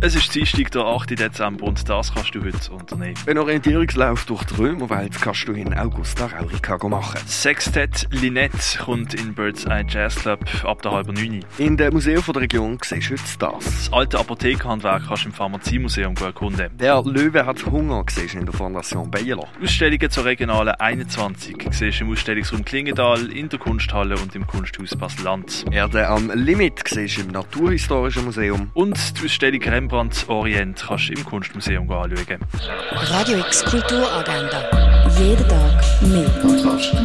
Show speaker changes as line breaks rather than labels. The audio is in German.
Es ist Dienstag, der 8. Dezember und das kannst du heute unternehmen.
Ein Orientierungslauf durch die Römerwelt kannst du in Augusta Raurica machen.
Sextet Linette kommt in Bird's Eye Jazz Club ab der halben neun.
In den Museen der Region siehst du jetzt das.
Das alte Apothekerhandwerk kannst du im Pharmaziemuseum erkunden.
Der Löwe hat Hunger siehst du in der Fondation Baylor.
Ausstellungen zur Regionalen 21 siehst du im Ausstellungsraum Klingenthal, in der Kunsthalle und im Kunsthaus Basel-Land.
Erde am Limit siehst du im Naturhistorischen Museum.
Und die Ausstellung Rembrandt Brands Orient kannst du im Kunstmuseum anschauen.
Radio X Kulturagenda. Jeden Tag mehr. Kontrast.